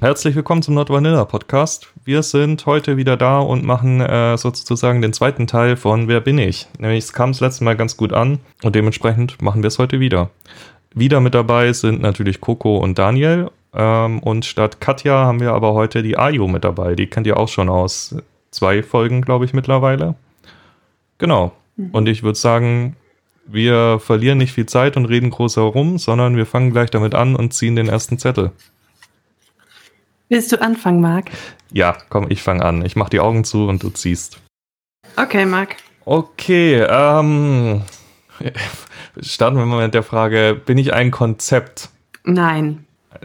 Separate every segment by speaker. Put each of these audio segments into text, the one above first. Speaker 1: Herzlich willkommen zum Not Vanilla Podcast. Wir sind heute wieder da und machen äh, sozusagen den zweiten Teil von Wer bin ich? Nämlich es kam das letzte Mal ganz gut an und dementsprechend machen wir es heute wieder. Wieder mit dabei sind natürlich Coco und Daniel. Ähm, und statt Katja haben wir aber heute die Ayo mit dabei. Die kennt ihr auch schon aus zwei Folgen, glaube ich, mittlerweile. Genau. Und ich würde sagen, wir verlieren nicht viel Zeit und reden groß herum, sondern wir fangen gleich damit an und ziehen den ersten Zettel.
Speaker 2: Willst du anfangen, Marc?
Speaker 1: Ja, komm, ich fange an. Ich mache die Augen zu und du ziehst.
Speaker 2: Okay, Marc.
Speaker 1: Okay, ähm. Starten wir mal mit der Frage: Bin ich ein Konzept?
Speaker 2: Nein.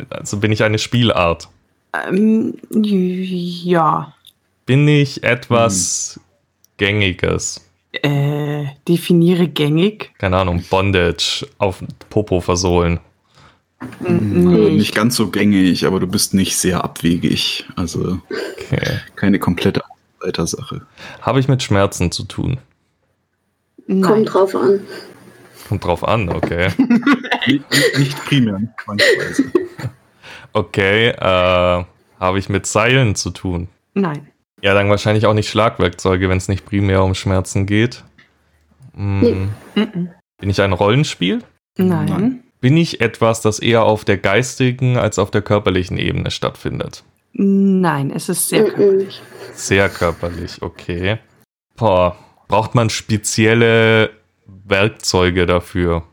Speaker 1: Also bin ich eine Spielart?
Speaker 2: Ähm, ja.
Speaker 1: Bin ich etwas Gängiges?
Speaker 2: Äh, definiere gängig.
Speaker 1: Keine Ahnung, Bondage auf Popo versohlen.
Speaker 2: N-
Speaker 3: Also
Speaker 2: nicht.
Speaker 3: nicht ganz so gängig, aber du bist nicht sehr abwegig. Also
Speaker 1: Okay.
Speaker 3: keine komplette Außenseiter-Sache.
Speaker 1: Habe ich mit Schmerzen zu tun?
Speaker 2: Nein.
Speaker 4: Kommt drauf an.
Speaker 1: Kommt drauf an, okay.
Speaker 3: Nicht, nicht primär, nicht zwangsweise.
Speaker 1: Okay, äh, habe ich mit Seilen zu tun?
Speaker 2: Nein.
Speaker 1: Ja, dann wahrscheinlich auch nicht Schlagwerkzeuge, wenn es nicht primär um Schmerzen geht. Mm.
Speaker 4: Nee.
Speaker 2: Mhm.
Speaker 1: Bin ich ein Rollenspiel?
Speaker 2: Nein.
Speaker 3: Nein.
Speaker 1: Bin ich etwas, das eher auf der geistigen als auf der körperlichen Ebene stattfindet?
Speaker 2: Nein, es ist sehr
Speaker 4: Mhm.
Speaker 2: körperlich.
Speaker 1: Sehr körperlich, okay. Boah, braucht man spezielle Werkzeuge dafür?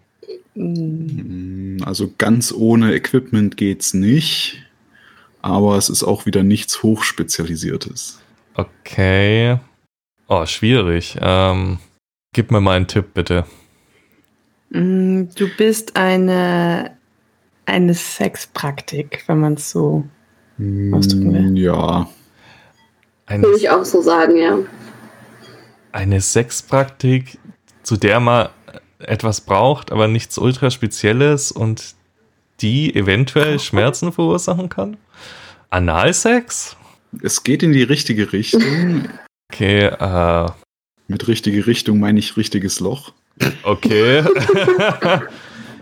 Speaker 2: Mhm.
Speaker 3: Mm, Also ganz ohne Equipment geht's nicht. Aber es ist auch wieder nichts Hochspezialisiertes.
Speaker 1: Okay. Oh, schwierig. Ähm, gib mir mal einen Tipp, bitte.
Speaker 2: Mhm, Du bist eine, eine Sexpraktik, wenn man es so. Ausdrücken will.
Speaker 3: Mm, Ja.
Speaker 1: Eine,
Speaker 4: Würde ich auch so sagen, ja.
Speaker 1: eine Sexpraktik, zu der man etwas braucht, aber nichts ultra spezielles und die eventuell Schmerzen verursachen kann? Analsex?
Speaker 3: Es geht in die richtige Richtung.
Speaker 1: Okay, äh,
Speaker 3: Mit richtige Richtung meine ich richtiges Loch.
Speaker 1: okay.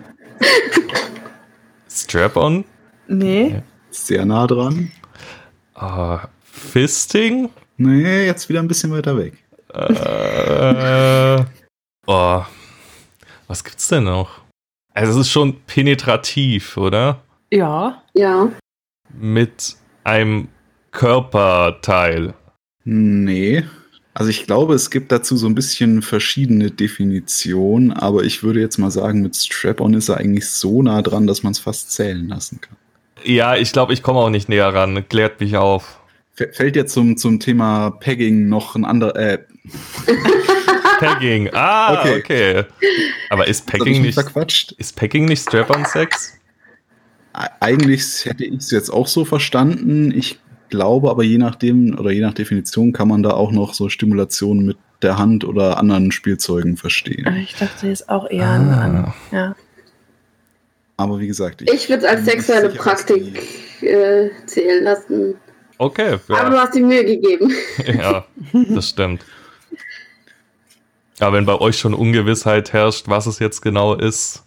Speaker 1: Strap-on?
Speaker 2: Nee?
Speaker 3: Sehr nah dran.
Speaker 1: Äh, Fisting?
Speaker 3: Nee, jetzt wieder ein bisschen weiter weg.
Speaker 1: Äh, oh. Was gibt's denn noch? Also es ist schon penetrativ, oder?
Speaker 2: Ja.
Speaker 4: Ja.
Speaker 1: Mit einem Körperteil.
Speaker 3: Nee. Also ich glaube, es gibt dazu so ein bisschen verschiedene Definitionen, aber ich würde jetzt mal sagen, mit Strap-on ist er eigentlich so nah dran, dass man es fast zählen lassen kann.
Speaker 1: Ja, ich glaube, ich komme auch nicht näher ran. Klärt mich auf.
Speaker 3: F fällt jetzt zum, zum Thema Pegging noch ein anderer... Äh,
Speaker 1: Packing. Ah, okay.
Speaker 3: Okay.
Speaker 1: Aber ist
Speaker 3: das hab ich
Speaker 1: Packing
Speaker 3: mich
Speaker 1: nicht,
Speaker 3: verquatscht.
Speaker 1: ist Packing nicht Strap-on-Sex?
Speaker 3: E- Eigentlich hätte ich es jetzt auch so verstanden. Ich glaube aber, je nachdem oder je nach Definition kann man da auch noch so Stimulationen mit der Hand oder anderen Spielzeugen
Speaker 2: Aber
Speaker 3: verstehen.
Speaker 2: Ah, Ich dachte jetzt auch eher an. an ja.
Speaker 3: Aber wie gesagt,
Speaker 4: Ich würde es als
Speaker 3: bin mir
Speaker 4: sexuelle
Speaker 3: sicher, dass die-
Speaker 4: Praktik äh, zählen lassen.
Speaker 1: Okay,
Speaker 4: Aber du
Speaker 1: ja,
Speaker 4: hast die Mühe gegeben.
Speaker 1: ja, das stimmt. Aber wenn bei euch schon Ungewissheit herrscht, was es jetzt genau ist,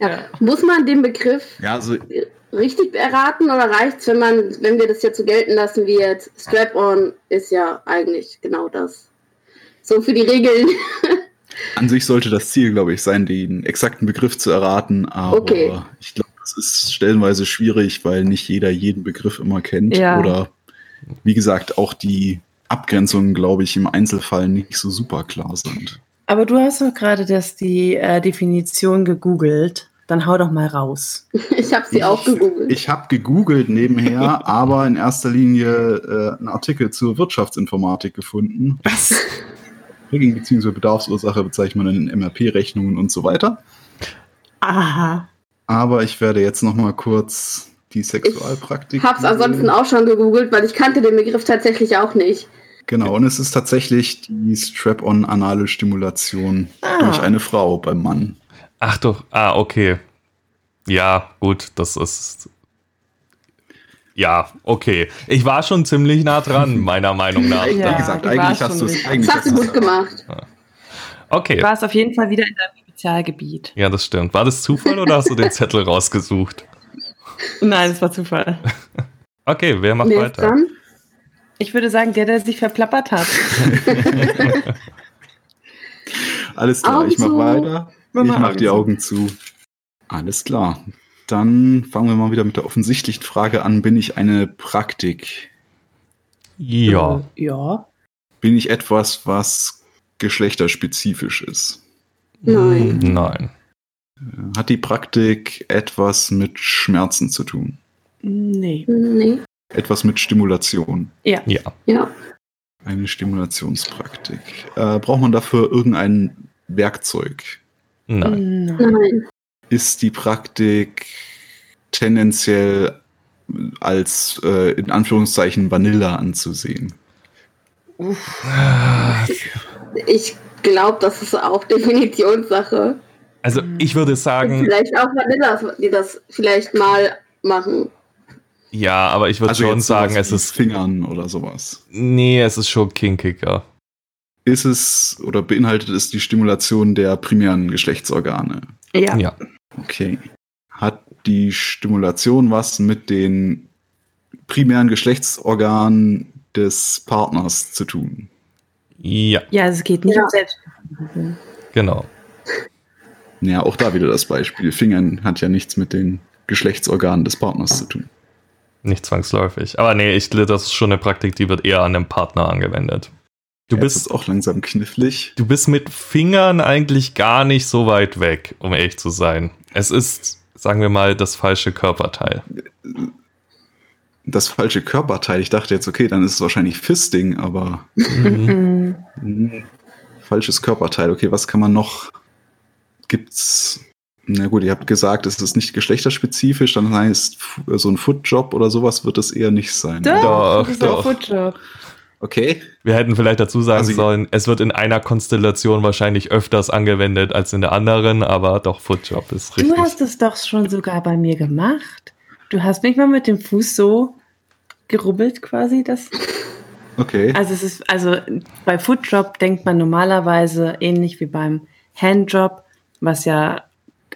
Speaker 4: Ja. Muss man den Begriff
Speaker 3: Ja, also
Speaker 4: richtig erraten oder reicht es, wenn, man- wenn wir das jetzt so gelten lassen wie jetzt? Strap-on ist ja eigentlich genau das. So für die Regeln.
Speaker 3: An sich sollte das Ziel, glaube ich, sein, den exakten Begriff zu erraten, aber
Speaker 4: Okay.
Speaker 3: ich glaube, das ist stellenweise schwierig, weil nicht jeder jeden Begriff immer kennt
Speaker 2: Ja.
Speaker 3: oder wie gesagt, auch die Abgrenzungen, glaube ich, im Einzelfall nicht so super klar sind.
Speaker 2: Aber du hast doch gerade das, die äh, Definition gegoogelt. Dann hau doch mal raus.
Speaker 4: Ich habe sie auch gegoogelt.
Speaker 3: Ich habe gegoogelt nebenher, aber in erster Linie äh, einen Artikel zur Wirtschaftsinformatik gefunden.
Speaker 2: Was?
Speaker 3: Regeln bzw. Bedarfsursache bezeichnen in MRP-Rechnungen und so weiter.
Speaker 2: Aha.
Speaker 3: Aber ich werde jetzt noch mal kurz die Sexualpraktik.
Speaker 4: Hab's ansonsten auch schon gegoogelt, weil ich kannte den Begriff tatsächlich auch nicht.
Speaker 3: Genau, und es ist tatsächlich die Strap-on-anale Stimulation
Speaker 2: Ah.
Speaker 3: durch eine Frau beim Mann.
Speaker 1: Ach doch, ah, okay. Ja, gut, das ist. Ja, okay. Ich war schon ziemlich nah dran, meiner Meinung nach.
Speaker 2: Ja,
Speaker 3: Wie gesagt,
Speaker 2: du warst
Speaker 3: eigentlich hast
Speaker 2: schon
Speaker 3: du es
Speaker 2: richtig.
Speaker 3: eigentlich
Speaker 4: Das hast du
Speaker 3: hast
Speaker 4: gut
Speaker 3: du's-
Speaker 4: gemacht.
Speaker 2: Du
Speaker 1: Okay.
Speaker 2: warst auf jeden Fall wieder in deinem Spezialgebiet.
Speaker 1: Ja, das stimmt. War das Zufall oder hast du den Zettel rausgesucht?
Speaker 2: Nein, es war Zufall.
Speaker 1: Okay, wer macht
Speaker 4: Wer ist
Speaker 1: weiter?
Speaker 4: dran?
Speaker 2: Ich würde sagen, der, der sich verplappert hat.
Speaker 3: Alles klar,
Speaker 4: Augen
Speaker 3: ich mach
Speaker 4: zu.
Speaker 3: weiter.
Speaker 2: Mach
Speaker 3: ich
Speaker 2: mal
Speaker 3: mach
Speaker 2: Augen
Speaker 3: die
Speaker 2: zu.
Speaker 3: Augen zu. Alles klar. Dann fangen wir mal wieder mit der offensichtlichen Frage an. Bin ich eine Praktik?
Speaker 1: Ja.
Speaker 2: Äh, Ja.
Speaker 3: Bin ich etwas, was geschlechterspezifisch ist?
Speaker 4: Nein.
Speaker 1: Nein.
Speaker 3: Hat die Praktik etwas mit Schmerzen zu tun?
Speaker 2: Nee.
Speaker 4: Nee.
Speaker 3: Etwas mit Stimulation?
Speaker 1: Ja.
Speaker 4: Ja.
Speaker 3: Eine Stimulationspraktik. Äh, braucht man dafür irgendein Werkzeug?
Speaker 1: Nein.
Speaker 2: Nein.
Speaker 4: Nein.
Speaker 3: Ist die Praktik tendenziell als äh, in Anführungszeichen Vanilla anzusehen?
Speaker 4: Ich glaube, das ist auch Definitionssache.
Speaker 1: Also ich würde
Speaker 4: Und
Speaker 1: sagen,
Speaker 4: vielleicht auch Vanillas, die das vielleicht mal machen.
Speaker 1: ja, aber ich würde schon
Speaker 3: Also jetzt sowas
Speaker 1: sagen, es
Speaker 3: wie
Speaker 1: ist.
Speaker 3: Fingern oder sowas.
Speaker 1: Nee, es ist schon kinkiger.
Speaker 3: Ist es oder beinhaltet es die Stimulation der primären Geschlechtsorgane?
Speaker 2: Ja.
Speaker 1: Ja.
Speaker 3: Okay. Hat die Stimulation was mit den primären Geschlechtsorganen des Partners zu tun?
Speaker 1: Ja,
Speaker 2: Ja, es geht nicht
Speaker 4: Ja.
Speaker 2: um selbst.
Speaker 1: genau.
Speaker 3: Ja, auch da wieder das Beispiel. Fingern hat ja nichts mit den Geschlechtsorganen des Partners zu tun.
Speaker 1: Nicht zwangsläufig. Aber nee, ich, das ist schon eine Praktik, die wird eher an einem Partner angewendet. Du
Speaker 3: Jetzt
Speaker 1: bist
Speaker 3: ist auch langsam knifflig.
Speaker 1: Du bist mit Fingern eigentlich gar nicht so weit weg, um ehrlich zu sein. Es ist, sagen wir mal, das falsche Körperteil.
Speaker 3: Das falsche Körperteil. Ich dachte jetzt, okay, dann ist es wahrscheinlich Fisting, aber
Speaker 2: Mhm.
Speaker 3: Hm, Falsches Körperteil. Okay, was kann man noch? Gibt's. Na gut, ihr habt gesagt, es ist nicht geschlechterspezifisch, dann heißt f- so ein Footjob oder sowas wird es eher nicht sein.
Speaker 1: Doch,
Speaker 2: Doch, das ist
Speaker 1: doch.
Speaker 2: doch. Futscher.
Speaker 3: Okay.
Speaker 1: Wir hätten vielleicht dazu sagen
Speaker 3: Also-
Speaker 1: sollen, es wird in einer Konstellation wahrscheinlich öfters angewendet als in der anderen, aber doch Footjob ist
Speaker 2: Du
Speaker 1: richtig.
Speaker 2: hast es doch schon sogar bei mir gemacht. Du hast mich mal mit dem Fuß so gerubbelt quasi, dass
Speaker 3: Okay.
Speaker 2: Also es ist, also bei Foodjob denkt man normalerweise ähnlich wie beim Handjob, was ja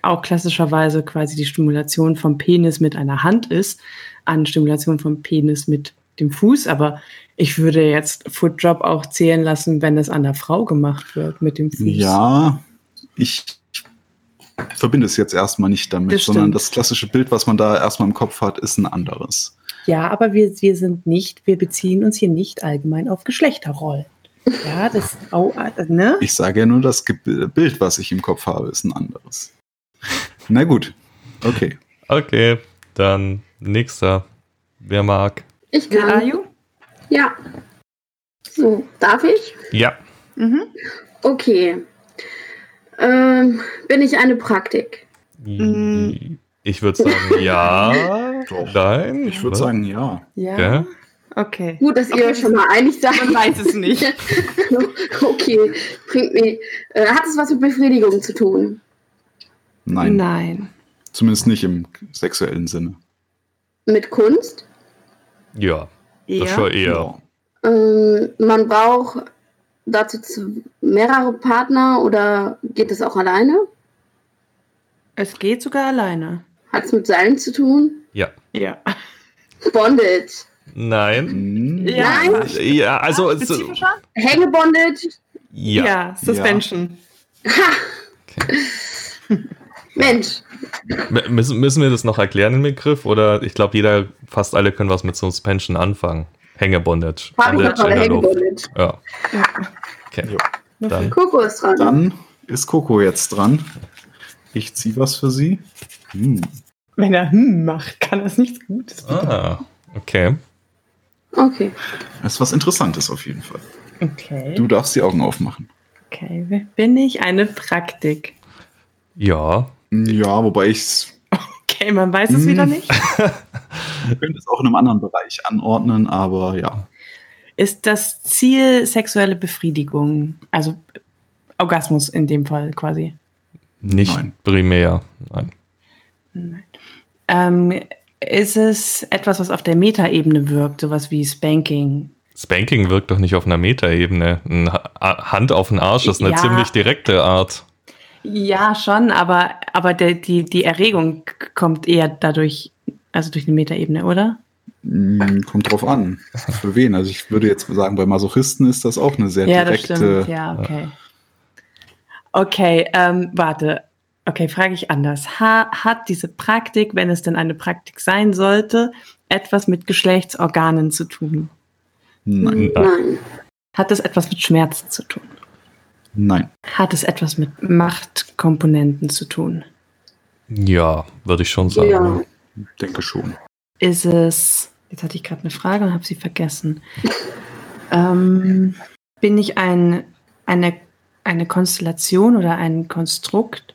Speaker 2: auch klassischerweise quasi die Stimulation vom Penis mit einer Hand ist, an Stimulation vom Penis mit dem Fuß. Aber ich würde jetzt Foodjob auch zählen lassen, wenn es an der Frau gemacht wird mit dem Fuß.
Speaker 3: Ja, ich verbinde es jetzt erstmal nicht damit,
Speaker 2: Das
Speaker 3: sondern
Speaker 2: stimmt.
Speaker 3: das klassische Bild, was man da erstmal im Kopf hat, ist ein anderes.
Speaker 2: Ja, aber wir, wir sind nicht, wir beziehen uns hier nicht allgemein auf Geschlechterrollen. Ja, das, au, äh, ne?
Speaker 3: Ich sage ja nur, das Ge- Bild, was ich im Kopf habe, ist ein anderes. Na gut. Okay.
Speaker 1: Okay, dann nächster. Wer mag?
Speaker 4: Ich
Speaker 2: Are
Speaker 4: kann.
Speaker 2: you?
Speaker 4: Ja. So, darf ich?
Speaker 1: Ja.
Speaker 2: Mhm.
Speaker 4: Okay. Ähm, bin ich eine Praktik?
Speaker 2: Mm.
Speaker 1: Ich würde sagen, ja.
Speaker 3: Doch.
Speaker 1: Nein.
Speaker 3: Ich würde sagen, ja.
Speaker 2: Ja.
Speaker 1: Ja.
Speaker 2: Okay.
Speaker 4: Gut, dass ihr
Speaker 2: Okay.
Speaker 4: euch schon mal einig seid.
Speaker 2: Man weiß es nicht.
Speaker 4: okay, bringt mir. Äh, hat es was mit Befriedigung zu tun?
Speaker 3: Nein.
Speaker 2: Nein.
Speaker 3: Zumindest nicht im sexuellen Sinne.
Speaker 4: Mit Kunst?
Speaker 1: Ja, das schon eher.
Speaker 4: Ähm, man braucht dazu zu mehrere Partner oder geht es auch alleine?
Speaker 2: Es geht sogar alleine.
Speaker 4: Hat es mit Seilen zu tun?
Speaker 1: Ja.
Speaker 2: Ja.
Speaker 4: Bondage.
Speaker 1: Nein.
Speaker 3: Hm.
Speaker 2: Ja.
Speaker 4: Nein.
Speaker 1: Ja, also. es-
Speaker 2: Spezifischer?
Speaker 4: Hängebondage?
Speaker 1: Ja.
Speaker 2: Ja. Suspension.
Speaker 4: Mensch,
Speaker 1: M- Müssen, müssen wir das noch erklären, den Begriff? Oder ich glaube, jeder, fast alle können was mit Suspension anfangen. Hängebondage.
Speaker 4: Fabi hat
Speaker 1: Bondage
Speaker 4: gerade
Speaker 1: in der Luft.
Speaker 4: Hängebondage.
Speaker 1: Ja,
Speaker 2: Ja.
Speaker 1: okay.
Speaker 3: Ja.
Speaker 1: Dann.
Speaker 4: Coco ist dran.
Speaker 3: Dann ist Coco jetzt dran. Ich ziehe was für sie. Hm.
Speaker 2: Wenn er hm macht, kann das nichts Gutes.
Speaker 1: Ah, okay.
Speaker 4: Okay.
Speaker 3: Das ist was Interessantes auf jeden Fall. Du
Speaker 2: Okay.
Speaker 3: darfst die Augen aufmachen.
Speaker 2: Okay. Bin ich eine Praktik?
Speaker 1: Ja.
Speaker 3: Hm, Ja, wobei ich
Speaker 2: Okay, man weiß es
Speaker 3: Hm.
Speaker 2: wieder nicht.
Speaker 3: könnte es auch in einem anderen Bereich anordnen, aber ja.
Speaker 2: Ist das Ziel sexuelle Befriedigung? Also Orgasmus in dem Fall quasi.
Speaker 1: Nicht
Speaker 3: Nein.
Speaker 1: primär. Nein.
Speaker 2: Nein. Ähm, ist es etwas, was auf der Metaebene wirkt, sowas wie Spanking
Speaker 1: Spanking wirkt doch nicht auf einer Metaebene. Ein Ha- A- Hand auf den Arsch ist eine
Speaker 2: Ja.
Speaker 1: ziemlich direkte Art.
Speaker 2: Ja, schon, aber, aber der, die, die Erregung k- kommt eher dadurch, also durch eine Metaebene, oder?
Speaker 3: Hm, Kommt drauf an. Für wen? Also ich würde jetzt sagen, bei Masochisten ist das auch eine sehr
Speaker 2: Ja, das
Speaker 3: direkte.
Speaker 2: stimmt. Ja, okay. Okay, ähm, warte. Okay, frage ich anders. Ha, hat diese Praktik, wenn es denn eine Praktik sein sollte, etwas mit Geschlechtsorganen zu tun? Hm.
Speaker 3: Nein.
Speaker 4: Nein.
Speaker 2: Hat es etwas mit Schmerzen zu tun?
Speaker 3: Nein.
Speaker 2: Hat es etwas mit Machtkomponenten zu tun?
Speaker 1: Ja, würde ich schon sagen.
Speaker 4: Ja.
Speaker 3: Denke schon.
Speaker 2: Ist es. Jetzt hatte ich gerade eine Frage und habe sie vergessen. ähm, bin ich ein, eine, eine Konstellation oder ein Konstrukt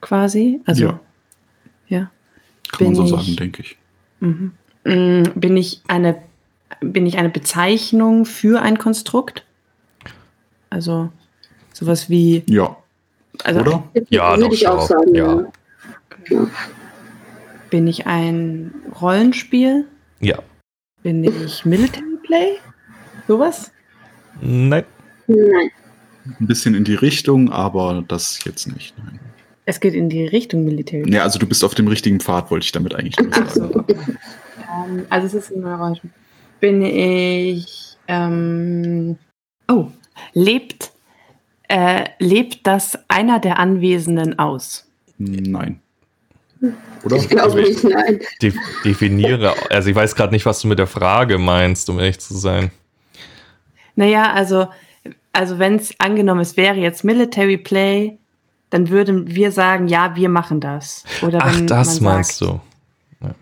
Speaker 2: quasi? Also,
Speaker 3: Ja.
Speaker 2: ja.
Speaker 3: Kann man
Speaker 2: Bin
Speaker 3: so
Speaker 2: ich-
Speaker 3: sagen, denke ich.
Speaker 2: Mhm. Mm, Bin ich eine, bin ich eine Bezeichnung für ein Konstrukt? Also sowas wie,
Speaker 3: Ja.
Speaker 2: also
Speaker 3: Oder?
Speaker 1: Ja,
Speaker 4: Würde
Speaker 1: doch,
Speaker 4: ich
Speaker 1: schon.
Speaker 4: auch sagen.
Speaker 1: Ja.
Speaker 4: Ja.
Speaker 2: bin ich ein Rollenspiel?
Speaker 1: Ja.
Speaker 2: Bin ich Military Play? Sowas?
Speaker 1: Nein.
Speaker 4: Nein.
Speaker 3: Ein bisschen in die Richtung, aber das jetzt nicht. Nein.
Speaker 2: Es geht in die Richtung Military Play.
Speaker 3: Ja, also du bist auf dem richtigen Pfad, wollte ich damit eigentlich nur
Speaker 2: Ach
Speaker 3: sagen.
Speaker 2: so. ähm, also es ist ein Rollenspiel. Bin ich, ähm, oh, lebt, äh, lebt das einer der Anwesenden aus?
Speaker 3: Nein. Oder?
Speaker 4: Ich glaube
Speaker 1: Also ich-
Speaker 4: nicht, nein.
Speaker 1: De definiere. Also ich weiß gerade nicht, was du mit der Frage meinst, um ehrlich zu sein.
Speaker 2: Naja, also, also wenn es angenommen, es wäre jetzt Military Play, dann würden wir sagen, ja, wir machen das. Oder
Speaker 1: Ach,
Speaker 2: wenn
Speaker 1: das
Speaker 2: man
Speaker 1: meinst
Speaker 2: sagt,
Speaker 1: du. Ja.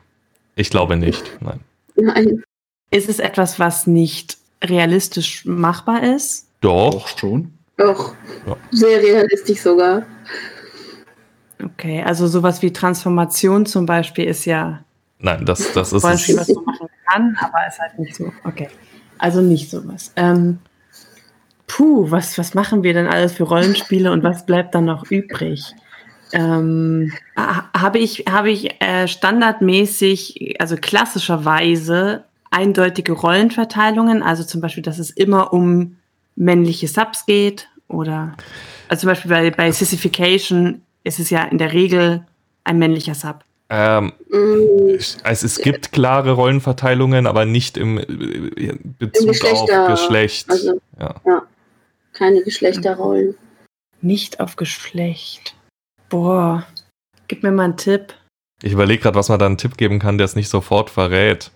Speaker 1: Ich glaube nicht. Nein.
Speaker 4: Nein.
Speaker 2: Ist es etwas, was nicht realistisch machbar ist?
Speaker 1: Doch.
Speaker 3: Auch schon.
Speaker 4: Doch.
Speaker 1: Ja.
Speaker 4: Sehr realistisch sogar.
Speaker 2: Okay, also sowas wie Transformation zum Beispiel ist ja
Speaker 1: Nein, das, das ist
Speaker 2: voll viel,
Speaker 1: es.
Speaker 2: was man machen kann, aber ist halt nicht so. Okay, also nicht sowas. Ähm, puh, was, was machen wir denn alles für Rollenspiele und was bleibt dann noch übrig? Ähm, ha- habe ich, habe ich äh, standardmäßig, also klassischerweise, eindeutige Rollenverteilungen? Also zum Beispiel, dass es immer um männliche Subs geht oder also zum Beispiel bei, bei Sissification ist es ja in der Regel ein männlicher Sub.
Speaker 1: Ähm,
Speaker 4: Mm,
Speaker 1: es, es gibt klare Rollenverteilungen, aber nicht im äh, Bezug
Speaker 4: Geschlechter-
Speaker 1: auf Geschlecht.
Speaker 4: also-
Speaker 1: ja.
Speaker 4: keine Geschlechterrollen.
Speaker 2: Nicht auf Geschlecht. Boah, gib mir mal einen Tipp.
Speaker 1: Ich überlege gerade, was man da einen Tipp geben kann, der es nicht sofort verrät.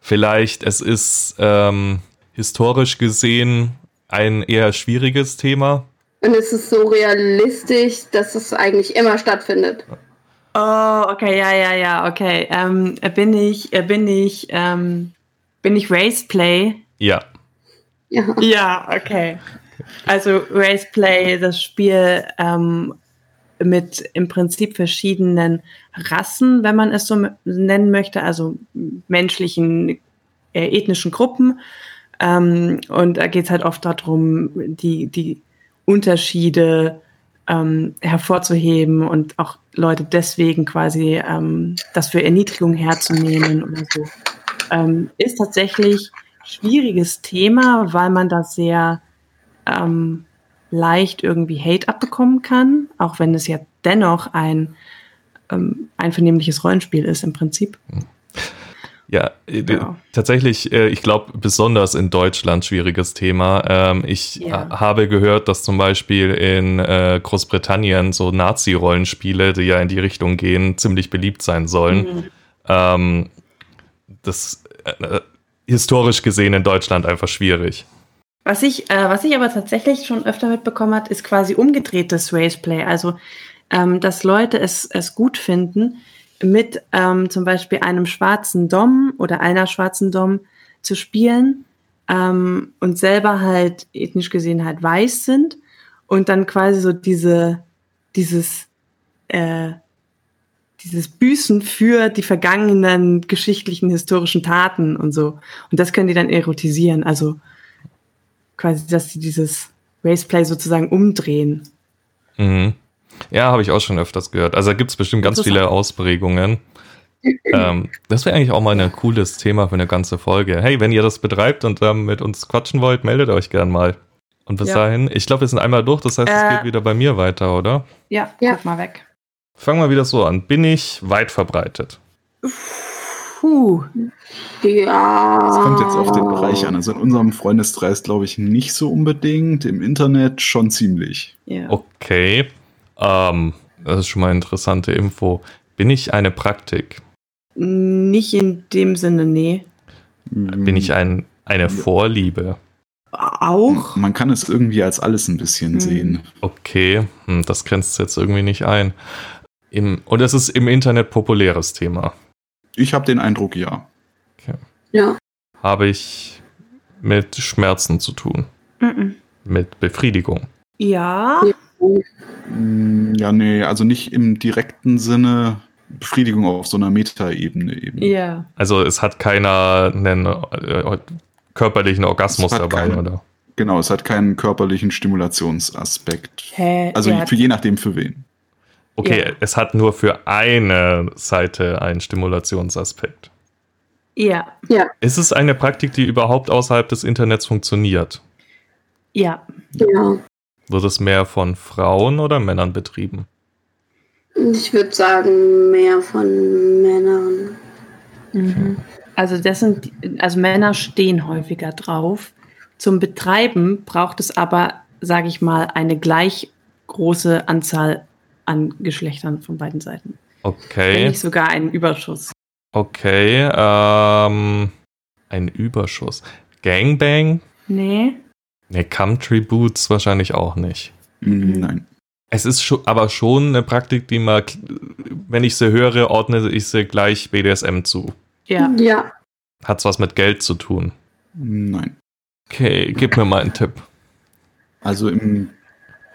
Speaker 1: Vielleicht, es ist ähm, historisch gesehen ein eher schwieriges Thema.
Speaker 4: Und es ist so realistisch, dass es eigentlich immer stattfindet.
Speaker 2: Oh, okay, ja, ja, ja, okay. Ähm, bin ich, äh, bin ich, ähm, bin ich Raceplay?
Speaker 1: Ja,
Speaker 4: Ja.
Speaker 2: Ja, okay. Also Raceplay, das Spiel ähm, mit im Prinzip verschiedenen Rassen, wenn man es so m- nennen möchte, also menschlichen, äh, ethnischen Gruppen. Ähm, und da geht es halt oft darum, die, die Unterschiede ähm, hervorzuheben und auch Leute deswegen quasi ähm, das für Erniedrigung herzunehmen oder so. Ähm, ist tatsächlich schwieriges Thema, weil man da sehr ähm, leicht irgendwie Hate abbekommen kann, auch wenn es ja dennoch ein ähm, einvernehmliches Rollenspiel ist im Prinzip.
Speaker 1: Ja, äh, d-
Speaker 2: Ja.
Speaker 1: tatsächlich, äh, ich glaube, besonders in Deutschland schwieriges Thema. Ähm, Ich
Speaker 2: Ja.
Speaker 1: ha- habe gehört, dass zum Beispiel in äh, Großbritannien so Nazi-Rollenspiele, die ja in die Richtung gehen, ziemlich beliebt sein sollen.
Speaker 2: Mhm.
Speaker 1: Ähm, Das äh, äh, historisch gesehen in Deutschland einfach schwierig.
Speaker 2: Was ich, äh, was ich aber tatsächlich schon öfter mitbekommen hat, ist quasi umgedrehtes Raceplay. Also, ähm, dass Leute es, es gut finden, mit ähm, zum Beispiel einem schwarzen Dom oder einer schwarzen Dom zu spielen ähm, und selber halt ethnisch gesehen halt weiß sind und dann quasi so diese, dieses, äh, dieses Büßen für die vergangenen geschichtlichen, historischen Taten und so. Und das können die dann erotisieren. Also, quasi, dass sie dieses Raceplay sozusagen umdrehen.
Speaker 1: Mhm. Ja, habe ich auch schon öfters gehört. Also da gibt es bestimmt ganz
Speaker 2: Interessant.
Speaker 1: viele Ausprägungen. ähm, das wäre eigentlich auch mal ein cooles Thema für eine ganze Folge. Hey, wenn ihr das betreibt und ähm, mit uns quatschen wollt, meldet euch gern mal. Und bis
Speaker 2: Ja.
Speaker 1: dahin, ich glaube, wir sind einmal durch, das heißt, es
Speaker 2: Äh.
Speaker 1: geht wieder bei mir weiter, oder?
Speaker 2: Ja,
Speaker 4: Ja.
Speaker 2: guck mal weg.
Speaker 1: Fangen wir wieder so an. Bin ich weit verbreitet?
Speaker 2: Puh.
Speaker 4: Ja.
Speaker 3: Das kommt jetzt auf den Bereich an. Also in unserem Freundeskreis glaube ich nicht so unbedingt, im Internet schon ziemlich.
Speaker 2: Ja.
Speaker 1: Okay. Ähm, das ist schon mal eine interessante Info. Bin ich eine Praktik?
Speaker 2: Nicht in dem Sinne, nee.
Speaker 1: Bin ich ein, eine Vorliebe?
Speaker 2: Auch?
Speaker 3: Man kann es irgendwie als alles ein bisschen
Speaker 2: Mhm.
Speaker 3: sehen.
Speaker 1: Okay, hm, das grenzt jetzt irgendwie nicht ein. Im, und es ist im Internet populäres Thema.
Speaker 3: Ich habe den Eindruck, ja.
Speaker 4: Ja.
Speaker 1: Habe ich mit Schmerzen zu tun,
Speaker 2: Mhm.
Speaker 1: mit Befriedigung.
Speaker 2: Ja.
Speaker 3: Mm, Ja, nee, also nicht im direkten Sinne Befriedigung auf so einer Metaebene eben.
Speaker 2: Ja.
Speaker 1: Also es hat keiner einen äh, körperlichen Orgasmus
Speaker 3: Es hat
Speaker 1: dabei,
Speaker 3: keinen.
Speaker 1: oder?
Speaker 3: Genau, es hat keinen körperlichen Stimulationsaspekt.
Speaker 2: Hä?
Speaker 3: Also
Speaker 2: ja.
Speaker 3: für je nachdem für wen.
Speaker 1: Okay,
Speaker 2: Ja.
Speaker 1: es hat nur für eine Seite einen Stimulationsaspekt.
Speaker 2: ja.
Speaker 1: Ist es eine Praktik, die überhaupt außerhalb des Internets funktioniert?
Speaker 2: Ja.
Speaker 4: Ja.
Speaker 1: Wird es mehr von Frauen oder Männern betrieben?
Speaker 4: Ich würde sagen, mehr von Männern.
Speaker 2: Mhm. Also das sind, also Männer stehen häufiger drauf. Zum Betreiben braucht es aber, sage ich mal, eine gleich große Anzahl an Geschlechtern von beiden Seiten. Wenn
Speaker 1: Okay,
Speaker 2: nicht sogar einen Überschuss.
Speaker 1: okay, ähm, ein Überschuss. Gangbang?
Speaker 2: Nee.
Speaker 1: Ne, Country Boots wahrscheinlich auch nicht.
Speaker 2: Mhm.
Speaker 3: Mm, Nein.
Speaker 1: Es ist scho aber schon eine Praktik, die man, kl- wenn ich sie höre, ordne ich sie gleich BDSM zu.
Speaker 2: Ja.
Speaker 4: Ja.
Speaker 1: Hat's was mit Geld zu tun.
Speaker 3: Hm, Nein.
Speaker 1: Okay, gib mir mal einen Tipp.
Speaker 3: Also im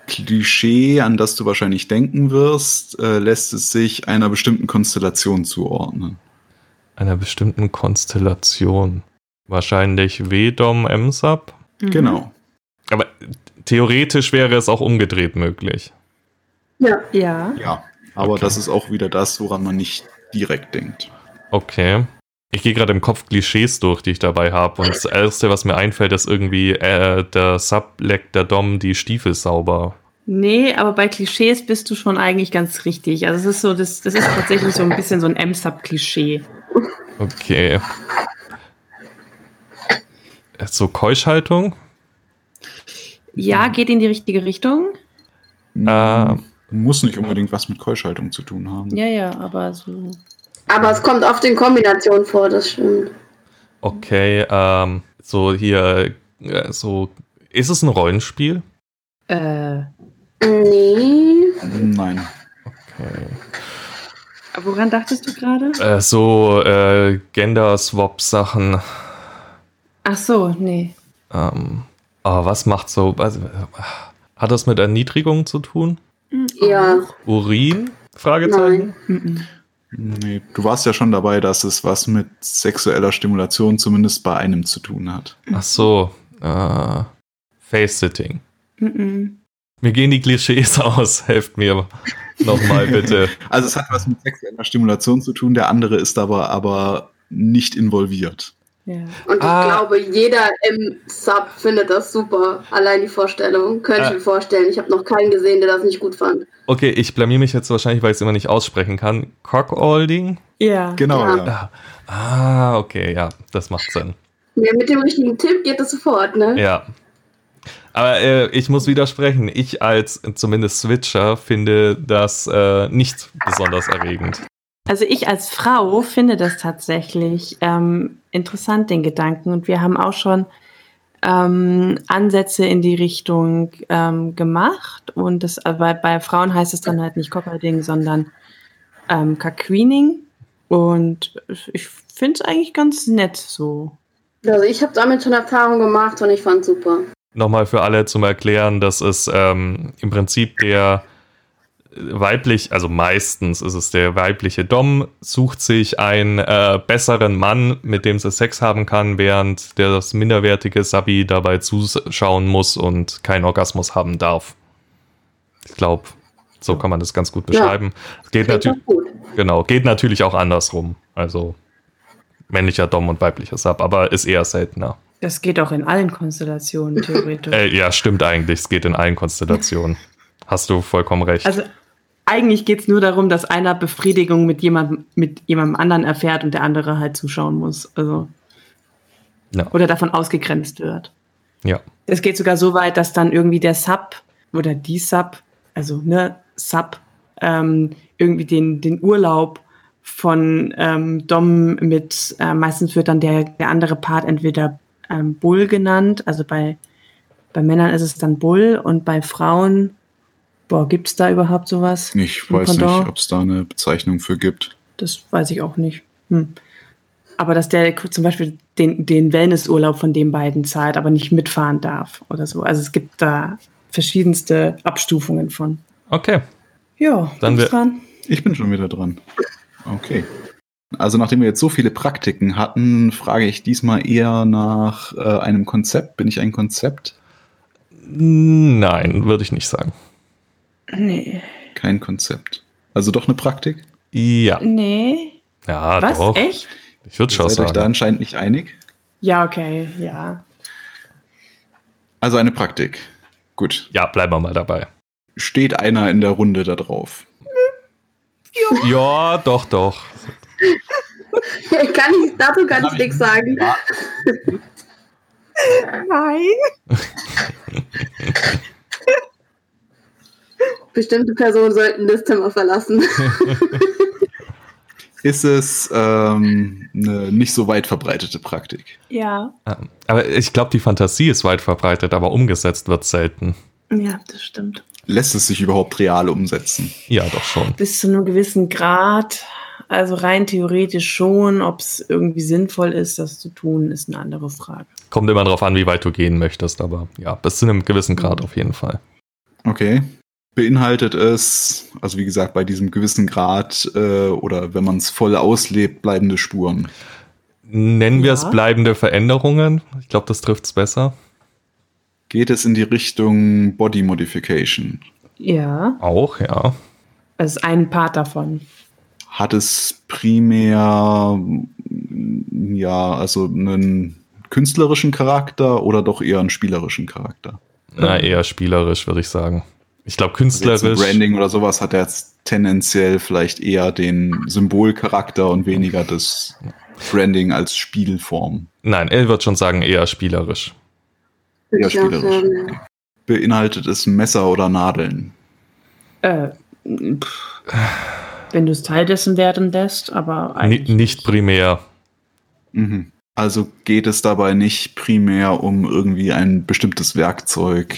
Speaker 3: Klischee, an das du wahrscheinlich denken wirst, äh, lässt es sich einer bestimmten Konstellation zuordnen.
Speaker 1: Einer bestimmten Konstellation. Wahrscheinlich W-Dom, M-Sub.
Speaker 2: Mhm.
Speaker 3: Genau.
Speaker 1: Aber theoretisch wäre es auch umgedreht möglich.
Speaker 4: Ja.
Speaker 2: Ja.
Speaker 3: Ja. Aber
Speaker 1: Okay.
Speaker 3: das ist auch wieder das, woran man nicht direkt denkt.
Speaker 1: Okay. Ich gehe gerade im Kopf Klischees durch, die ich dabei habe. Und das Erste, was mir einfällt, ist irgendwie, äh, der Sub leckt der Dom die Stiefel sauber.
Speaker 2: Nee, aber bei Klischees bist du schon eigentlich ganz richtig. Also es ist so, das, das ist tatsächlich so ein bisschen so ein M-Sub-Klischee.
Speaker 1: Okay. Äh, So Keuschhaltung?
Speaker 2: Ja, geht in die richtige Richtung.
Speaker 1: Ah.
Speaker 3: Hm. Muss nicht unbedingt was mit Keuschhaltung zu tun haben.
Speaker 2: Ja, ja, aber so.
Speaker 4: Aber es kommt oft in Kombination vor, das stimmt.
Speaker 1: Okay, ähm, so hier, äh, so, ist es ein Rollenspiel?
Speaker 2: Äh,
Speaker 4: Nee.
Speaker 3: Nein.
Speaker 1: Okay.
Speaker 2: woran dachtest du gerade?
Speaker 1: Äh, so, äh, Gender-Swap-Sachen.
Speaker 2: Ach so, nee.
Speaker 1: Ähm, aber was macht so, was, hat das mit Erniedrigung zu tun?
Speaker 4: Ja.
Speaker 1: Urin? Fragezeichen?
Speaker 2: Mhm.
Speaker 3: Nee, du warst ja schon dabei, dass es was mit sexueller Stimulation zumindest bei einem zu tun hat.
Speaker 1: Ach so, äh, Face-Sitting.
Speaker 2: Mhm.
Speaker 1: Mir gehen die Klischees aus, helft mir nochmal bitte.
Speaker 3: Also es hat was mit sexueller Stimulation zu tun, der andere ist aber aber nicht involviert.
Speaker 2: Ja.
Speaker 4: Und ich
Speaker 1: Ah.
Speaker 4: glaube, jeder im Sub findet das super. Allein die Vorstellung. Könnte
Speaker 1: Ah.
Speaker 4: ich mir vorstellen. Ich habe noch keinen gesehen, der das nicht gut fand.
Speaker 1: Okay, ich blamier mich jetzt wahrscheinlich, weil ich es immer nicht aussprechen kann. Cockholding?
Speaker 2: ja.
Speaker 3: Genau,
Speaker 4: Ja.
Speaker 3: ja.
Speaker 1: Ah, okay, ja, das macht Sinn.
Speaker 4: Ja, mit dem richtigen Tipp geht das sofort, ne?
Speaker 1: Ja. Aber äh, ich muss widersprechen. Ich als äh, zumindest Switcher finde das äh, nicht besonders erregend.
Speaker 2: Also ich als Frau finde das tatsächlich ähm, interessant, den Gedanken. Und wir haben auch schon ähm, Ansätze in die Richtung ähm, gemacht. Und das, aber bei Frauen heißt es dann halt nicht Cockerding, sondern ähm, Kakweening. Und ich finde es eigentlich ganz nett so.
Speaker 4: Also ich habe damit schon Erfahrung gemacht und ich fand super.
Speaker 1: Nochmal für alle zum Erklären, das ist ähm, im Prinzip der weiblich, also meistens ist es der weibliche Dom, sucht sich einen äh, besseren Mann, mit dem sie Sex haben kann, während der das minderwertige Sabi dabei zuschauen muss und keinen Orgasmus haben darf. Ich glaube, so kann man das ganz gut
Speaker 4: Ja.
Speaker 1: beschreiben. Es geht
Speaker 4: Klingt
Speaker 1: natürlich.
Speaker 4: doch gut.
Speaker 1: Genau, geht natürlich auch andersrum. Also männlicher Dom und weiblicher Sub, aber ist eher seltener.
Speaker 2: Das geht auch in allen Konstellationen theoretisch.
Speaker 1: Äh, ja, stimmt eigentlich. Es geht in allen Konstellationen. Hast du vollkommen recht.
Speaker 2: Also eigentlich geht es nur darum, dass einer Befriedigung mit jemandem, mit jemandem anderen erfährt und der andere halt zuschauen muss. Also.
Speaker 1: Ja.
Speaker 2: Oder davon ausgegrenzt wird.
Speaker 1: Ja.
Speaker 2: Es geht sogar so weit, dass dann irgendwie der Sub oder die Sub, also ne, Sub, ähm, irgendwie den, den Urlaub von ähm, Dom mit, äh, meistens wird dann der, der andere Part entweder ähm, Bull genannt, also bei, bei Männern ist es dann Bull und bei Frauen, boah, gibt es da überhaupt sowas?
Speaker 3: Ich
Speaker 2: Ein
Speaker 3: weiß
Speaker 2: Pendant?
Speaker 3: nicht, ob es da eine Bezeichnung für gibt.
Speaker 2: Das weiß ich auch nicht. Hm. Aber dass der zum Beispiel den, den Wellnessurlaub von den beiden zahlt, aber nicht mitfahren darf oder so. Also es gibt da verschiedenste Abstufungen von.
Speaker 1: Okay.
Speaker 2: Ja,
Speaker 1: Dann
Speaker 2: bin ich
Speaker 1: wär-
Speaker 2: dran.
Speaker 3: Ich bin schon wieder dran. Okay. Also nachdem wir jetzt so viele Praktiken hatten, frage ich diesmal eher nach äh, einem Konzept. Bin ich ein Konzept?
Speaker 1: Nein, würde ich nicht sagen.
Speaker 2: Nee.
Speaker 3: Kein Konzept. Also doch eine Praktik?
Speaker 1: Ja.
Speaker 2: Nee.
Speaker 1: Ja,
Speaker 2: Was?
Speaker 1: Ah, doch.
Speaker 2: Echt?
Speaker 1: Ich würde schon
Speaker 3: Seid euch da
Speaker 1: sagen.
Speaker 3: anscheinend nicht einig?
Speaker 2: Ja, okay, ja.
Speaker 3: Also eine Praktik. Gut.
Speaker 1: Ja, bleiben wir mal dabei.
Speaker 3: Steht einer in der Runde da drauf?
Speaker 1: Ja, doch, doch.
Speaker 4: Kann ich, dazu kann ich nichts sagen.
Speaker 2: Nein.
Speaker 4: Bestimmte Personen sollten das Zimmer verlassen.
Speaker 3: Ist es ähm, eine nicht so weit verbreitete Praktik?
Speaker 2: Ja.
Speaker 1: Ähm, Aber ich glaube, die Fantasie ist weit verbreitet, aber umgesetzt wird selten.
Speaker 2: Ja, das stimmt.
Speaker 3: Lässt es sich überhaupt real umsetzen?
Speaker 1: Ja, doch schon.
Speaker 2: Bis zu einem gewissen Grad. Also rein theoretisch schon, ob es irgendwie sinnvoll ist, das zu tun, ist eine andere Frage.
Speaker 1: Kommt immer darauf an, wie weit du gehen möchtest, aber ja, bis zu einem gewissen Grad auf jeden Fall.
Speaker 3: Okay. Beinhaltet es, also wie gesagt, bei diesem gewissen Grad äh, oder wenn man es voll auslebt, bleibende Spuren.
Speaker 1: Nennen wir es
Speaker 2: Ja.
Speaker 1: bleibende Veränderungen. Ich glaube, das trifft es besser.
Speaker 3: Geht es in die Richtung Body Modification?
Speaker 2: Ja.
Speaker 1: Auch, ja.
Speaker 2: Das ist ein Part davon.
Speaker 3: Hat es primär, mm, ja, also einen künstlerischen Charakter oder doch eher einen spielerischen Charakter?
Speaker 1: Na, eher spielerisch, würde ich sagen. Ich glaube,
Speaker 3: Also jetzt ein
Speaker 1: künstlerisch.
Speaker 3: Branding oder sowas hat er jetzt tendenziell vielleicht eher den Symbolcharakter und weniger das Branding als Spielform.
Speaker 1: Nein, er wird schon sagen, eher spielerisch.
Speaker 3: Ja,
Speaker 4: Ich glaub,
Speaker 3: spielerisch.
Speaker 4: ähm, ja.
Speaker 3: Beinhaltet es Messer oder Nadeln?
Speaker 2: Äh, pff, wenn du es Teil dessen werden lässt, aber
Speaker 1: Ni-
Speaker 2: eigentlich.
Speaker 1: nicht primär.
Speaker 3: Mhm. Also geht es dabei nicht primär um irgendwie ein bestimmtes Werkzeug,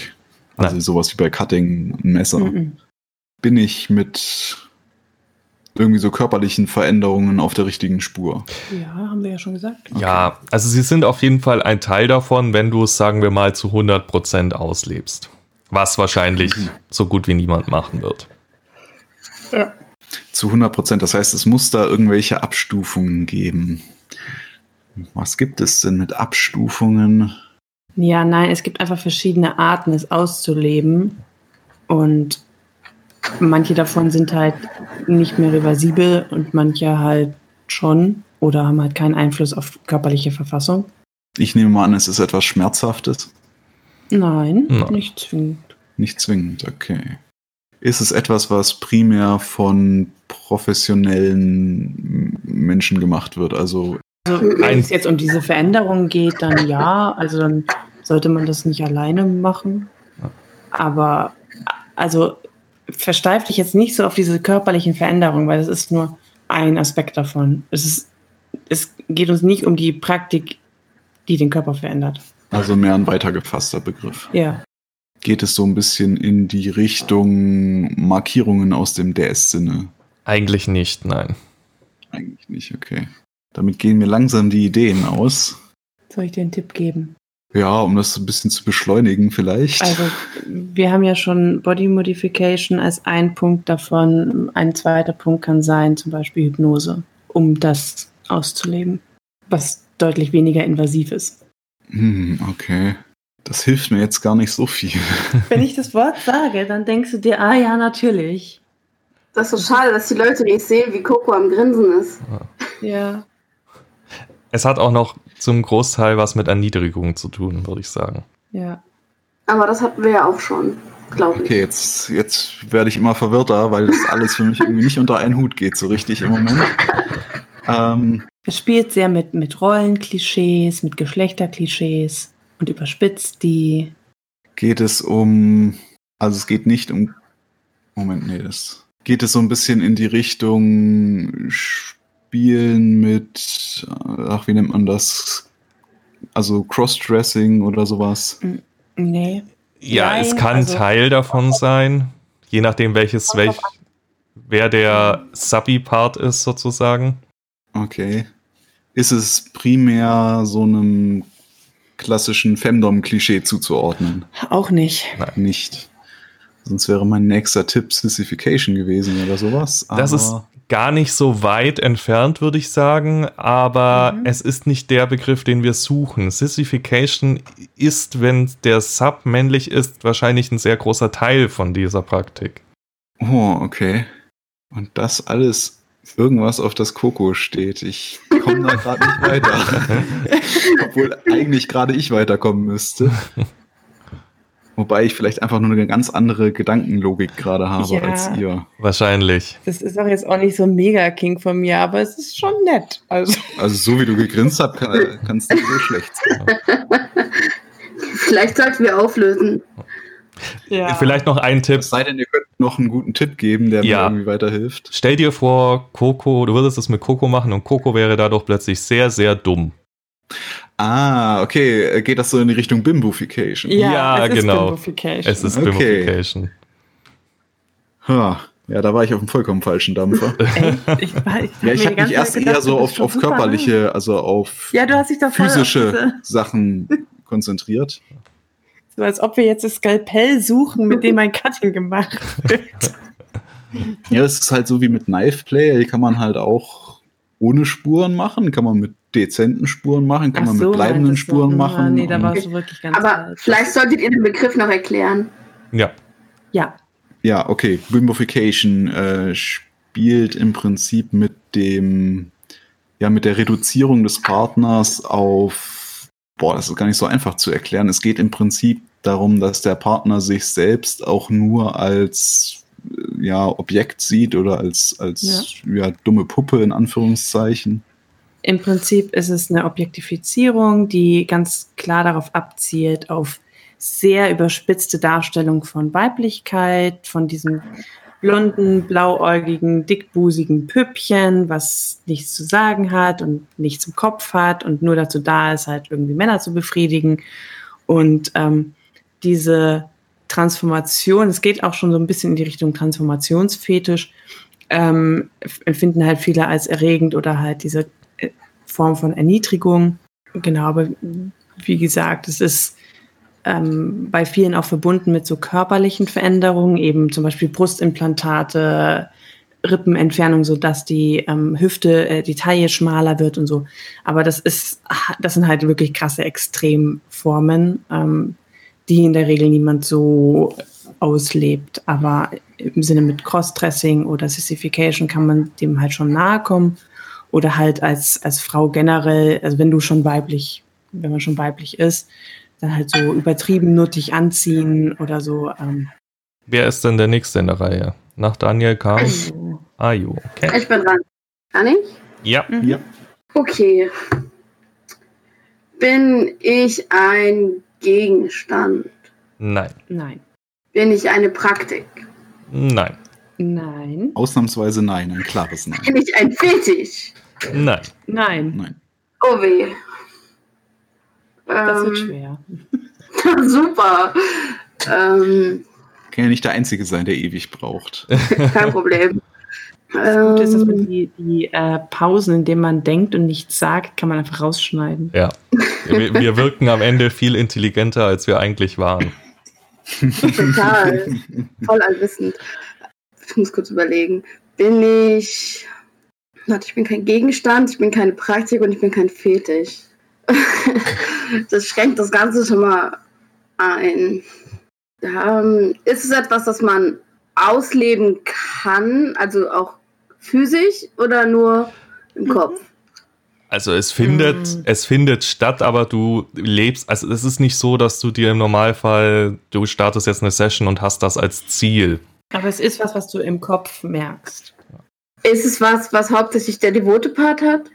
Speaker 3: also
Speaker 1: Nein.
Speaker 3: sowas wie bei Cutting ein Messer.
Speaker 2: Mhm.
Speaker 3: Bin ich mit irgendwie so körperlichen Veränderungen auf der richtigen Spur?
Speaker 2: Ja, haben wir ja schon gesagt.
Speaker 1: Ja, also sie sind auf jeden Fall ein Teil davon, wenn du es, sagen wir mal, zu 100% auslebst. Was wahrscheinlich
Speaker 3: Mhm.
Speaker 1: so gut wie niemand machen wird.
Speaker 3: Zu 100 Prozent. Das heißt, es muss da irgendwelche Abstufungen geben. Was gibt es denn mit Abstufungen?
Speaker 2: Ja, nein, es gibt einfach verschiedene Arten, es auszuleben. Und manche davon sind halt nicht mehr reversibel und manche halt schon oder haben halt keinen Einfluss auf körperliche Verfassung.
Speaker 3: Ich nehme mal an, es ist etwas Schmerzhaftes.
Speaker 2: Nein,
Speaker 1: Nein.
Speaker 2: nicht zwingend.
Speaker 3: Nicht zwingend, okay. Ist es etwas, was primär von professionellen M- Menschen gemacht wird? Also,
Speaker 2: Also, wenn
Speaker 1: Ein-
Speaker 2: es jetzt um diese Veränderung geht, dann ja, also dann sollte man das nicht alleine machen. Aber also versteif dich jetzt nicht so auf diese körperlichen Veränderungen, weil das ist nur ein Aspekt davon. Es, ist, es geht uns nicht um die Praktik, die den Körper verändert.
Speaker 3: also mehr ein weitergefasster Begriff.
Speaker 2: Ja.
Speaker 3: Geht es so ein bisschen in die Richtung Markierungen aus dem DS-Sinne?
Speaker 1: Eigentlich nicht, nein.
Speaker 3: Eigentlich nicht, okay. Damit gehen mir langsam die Ideen aus.
Speaker 2: Soll ich dir einen Tipp geben?
Speaker 3: Ja, um das ein bisschen zu beschleunigen vielleicht.
Speaker 2: Also, wir haben ja schon Body Modification als ein Punkt davon. Ein zweiter Punkt kann sein, zum Beispiel Hypnose, um das auszuleben, was deutlich weniger invasiv ist.
Speaker 3: Hm, okay. Das hilft mir jetzt gar nicht so viel.
Speaker 2: Wenn ich das Wort sage, dann denkst du dir, ah ja, natürlich.
Speaker 4: Das ist so schade, dass die Leute nicht sehen, wie Coco am Grinsen ist.
Speaker 2: Ja.
Speaker 1: Es hat auch noch zum Großteil was mit Erniedrigung zu tun, würde ich sagen.
Speaker 2: Ja.
Speaker 4: Aber das hatten wir ja auch schon. glaube
Speaker 3: Okay, jetzt, jetzt werde ich immer verwirrter, weil das alles für mich irgendwie nicht unter einen Hut geht, so richtig im Moment. Ähm,
Speaker 2: Es spielt sehr mit, mit Rollenklischees, mit Geschlechterklischees und überspitzt die.
Speaker 3: geht es um, also es geht nicht um, Moment, nee, das geht es so ein bisschen in die Richtung Spielen mit, ach, wie nennt man das? Also Crossdressing oder sowas.
Speaker 2: Nee.
Speaker 1: Ja,
Speaker 2: Nein,
Speaker 1: es kann
Speaker 2: also-
Speaker 1: Teil davon sein, je nachdem welches, welch, wer der Subby-Part ist sozusagen.
Speaker 3: Okay. Ist es primär so einem klassischen Femdom-Klischee zuzuordnen?
Speaker 2: Auch nicht.
Speaker 3: Nicht. Sonst wäre mein nächster Tipp Sissification gewesen oder sowas.
Speaker 1: Das ist
Speaker 3: aber-
Speaker 1: gar nicht so weit entfernt, würde ich sagen, aber
Speaker 2: Mhm.
Speaker 1: es ist nicht der Begriff, den wir suchen. Sissification ist, wenn der Sub männlich ist, wahrscheinlich ein sehr großer Teil von dieser Praktik.
Speaker 3: Oh, okay. Und das alles irgendwas, auf das Coco steht. Ich komme da gerade nicht weiter. Obwohl eigentlich gerade ich weiterkommen müsste. Wobei ich vielleicht einfach nur eine ganz andere Gedankenlogik gerade habe
Speaker 2: Ja.
Speaker 3: als ihr.
Speaker 1: Wahrscheinlich.
Speaker 2: Das ist auch jetzt auch nicht so ein Mega-King von mir, aber es ist schon nett. Also,
Speaker 3: Also so wie du gegrinst hast, kann, kannst du nicht so schlecht sein.
Speaker 4: ich. Vielleicht sollten wir auflösen.
Speaker 2: ja.
Speaker 1: Vielleicht noch ein Tipp.
Speaker 3: Es sei denn, ihr könnt noch einen guten Tipp geben, der
Speaker 1: Ja.
Speaker 3: mir irgendwie weiterhilft.
Speaker 1: Stell dir vor, Coco, du würdest es mit Coco machen und Coco wäre dadurch plötzlich sehr, sehr dumm.
Speaker 3: Ah, okay. äh, Geht das so in die Richtung Bimbofication?
Speaker 1: Ja,
Speaker 2: es ist
Speaker 1: genau.
Speaker 2: Bimbofication.
Speaker 1: Es ist
Speaker 3: Okay.
Speaker 1: Bimbofication.
Speaker 3: Ha. Ja, da war ich auf dem vollkommen falschen Dampfer.
Speaker 2: Echt? Ich, war- ich hab
Speaker 3: Ja,
Speaker 2: mir die
Speaker 3: ich habe mich
Speaker 2: ganze
Speaker 3: erst
Speaker 2: Zeit gedacht,
Speaker 3: eher so
Speaker 2: du bist
Speaker 3: auf,
Speaker 2: schon
Speaker 3: auf
Speaker 2: super ne?
Speaker 3: körperliche, also auf
Speaker 2: Ja, du hast dich doch voll äh, Auf
Speaker 3: physische
Speaker 2: diese,
Speaker 3: Sachen konzentriert.
Speaker 2: so als ob wir jetzt das Skalpell suchen, mit dem ein Cutting gemacht wird.
Speaker 3: Ja, es ist halt so wie mit Knife Play, die kann man halt auch ohne Spuren machen, kann man mit dezenten Spuren machen, kann man mit bleibenden
Speaker 2: meinst du,
Speaker 3: Spuren
Speaker 2: ah,
Speaker 3: machen.
Speaker 2: Nee, da
Speaker 3: und-
Speaker 2: warst du wirklich ganz
Speaker 4: Aber
Speaker 2: falsch.
Speaker 4: vielleicht solltet ihr den Begriff noch erklären.
Speaker 1: Ja.
Speaker 2: Ja,
Speaker 3: ja, okay, Bimbofication äh, spielt im Prinzip mit dem, ja, mit der Reduzierung des Partners auf, boah, das ist gar nicht so einfach zu erklären. Es geht im Prinzip darum, dass der Partner sich selbst auch nur als, äh, ja, Objekt sieht oder als, als, ja, dumme Puppe in Anführungszeichen.
Speaker 2: Im Prinzip ist es eine Objektifizierung, die ganz klar darauf abzielt, auf sehr überspitzte Darstellung von Weiblichkeit, von diesem blonden, blauäugigen, dickbusigen Püppchen, was nichts zu sagen hat und nichts im Kopf hat und nur dazu da ist, halt irgendwie Männer zu befriedigen. Und ähm, diese Transformation, es geht auch schon so ein bisschen in die Richtung Transformationsfetisch, ähm, f- empfinden halt viele als erregend oder halt diese äh, Form von Erniedrigung. Genau, aber wie gesagt, es ist ähm, bei vielen auch verbunden mit so körperlichen Veränderungen, eben zum Beispiel Brustimplantate, Rippenentfernung, sodass die ähm, Hüfte, äh, die Taille schmaler wird und so. Aber das ist, das sind halt wirklich krasse Extremformen, ähm, die in der Regel niemand so auslebt. Aber im Sinne mit Crossdressing oder Sissification kann man dem halt schon nahe kommen. Oder halt als, als Frau generell, also wenn du schon weiblich, wenn man schon weiblich ist, dann halt so übertrieben nuttig anziehen oder so. Ähm,
Speaker 1: Wer ist denn der Nächste in der Reihe? Nach Daniel kam
Speaker 2: so.
Speaker 1: Ayo. Okay.
Speaker 4: Ich bin dran. Kann ich?
Speaker 1: Ja.
Speaker 3: Ja.
Speaker 4: Okay. Bin ich ein Gegenstand?
Speaker 1: Nein.
Speaker 2: Nein.
Speaker 4: Bin ich eine Praktik?
Speaker 1: Nein.
Speaker 2: Nein.
Speaker 3: Ausnahmsweise nein, ein klares Nein.
Speaker 4: Bin ich ein Fetisch?
Speaker 1: Nein.
Speaker 2: Nein.
Speaker 3: Nein.
Speaker 4: Oh weh.
Speaker 2: Das wird
Speaker 4: Ähm,
Speaker 2: schwer.
Speaker 4: super. Ähm,
Speaker 3: Kann ja nicht der Einzige sein, der ewig braucht.
Speaker 4: kein Problem.
Speaker 2: Das Gute ist, dass man
Speaker 4: Ähm,
Speaker 2: die, die äh, Pausen, in denen man denkt und nichts sagt, kann man einfach rausschneiden.
Speaker 1: Ja. Wir, wir wirken am Ende viel intelligenter, als wir eigentlich waren.
Speaker 4: total. Voll allwissend. Ich muss kurz überlegen. Bin ich. Warte, ich bin kein Gegenstand, ich bin keine Praktik und ich bin kein Fetisch. das schränkt das Ganze schon mal ein. Ähm, ist es etwas, das man ausleben kann, also auch physisch oder nur im Kopf?
Speaker 1: Also es findet,
Speaker 2: Mm.
Speaker 1: es findet statt, aber du lebst, also es ist nicht so, dass du dir im Normalfall, du startest jetzt eine Session und hast das als Ziel.
Speaker 2: Aber es ist was, was du im Kopf merkst.
Speaker 4: Ist es was, was hauptsächlich der devote Part hat?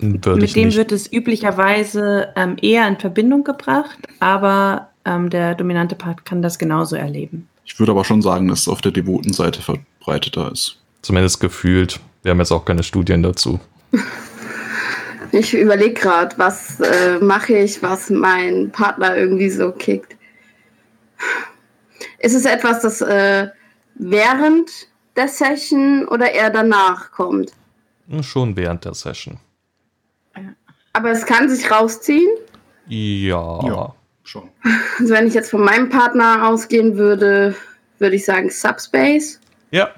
Speaker 1: Würde ich
Speaker 2: Mit dem
Speaker 1: nicht.
Speaker 2: wird es üblicherweise ähm, eher in Verbindung gebracht, aber ähm, der dominante Part kann das genauso erleben.
Speaker 3: Ich würde aber schon sagen, dass es auf der devoten Seite verbreiteter ist.
Speaker 1: Zumindest gefühlt. Wir haben jetzt auch keine Studien dazu.
Speaker 4: Ich überlege gerade, was äh, mache ich, was mein Partner irgendwie so kickt. Ist es etwas, das äh, während der Session oder eher danach kommt?
Speaker 1: Schon während der Session.
Speaker 4: Aber es kann sich rausziehen.
Speaker 1: Ja.
Speaker 3: Ja. Schon.
Speaker 4: Also wenn ich jetzt von meinem Partner ausgehen würde, würde ich sagen Subspace.
Speaker 1: Ja,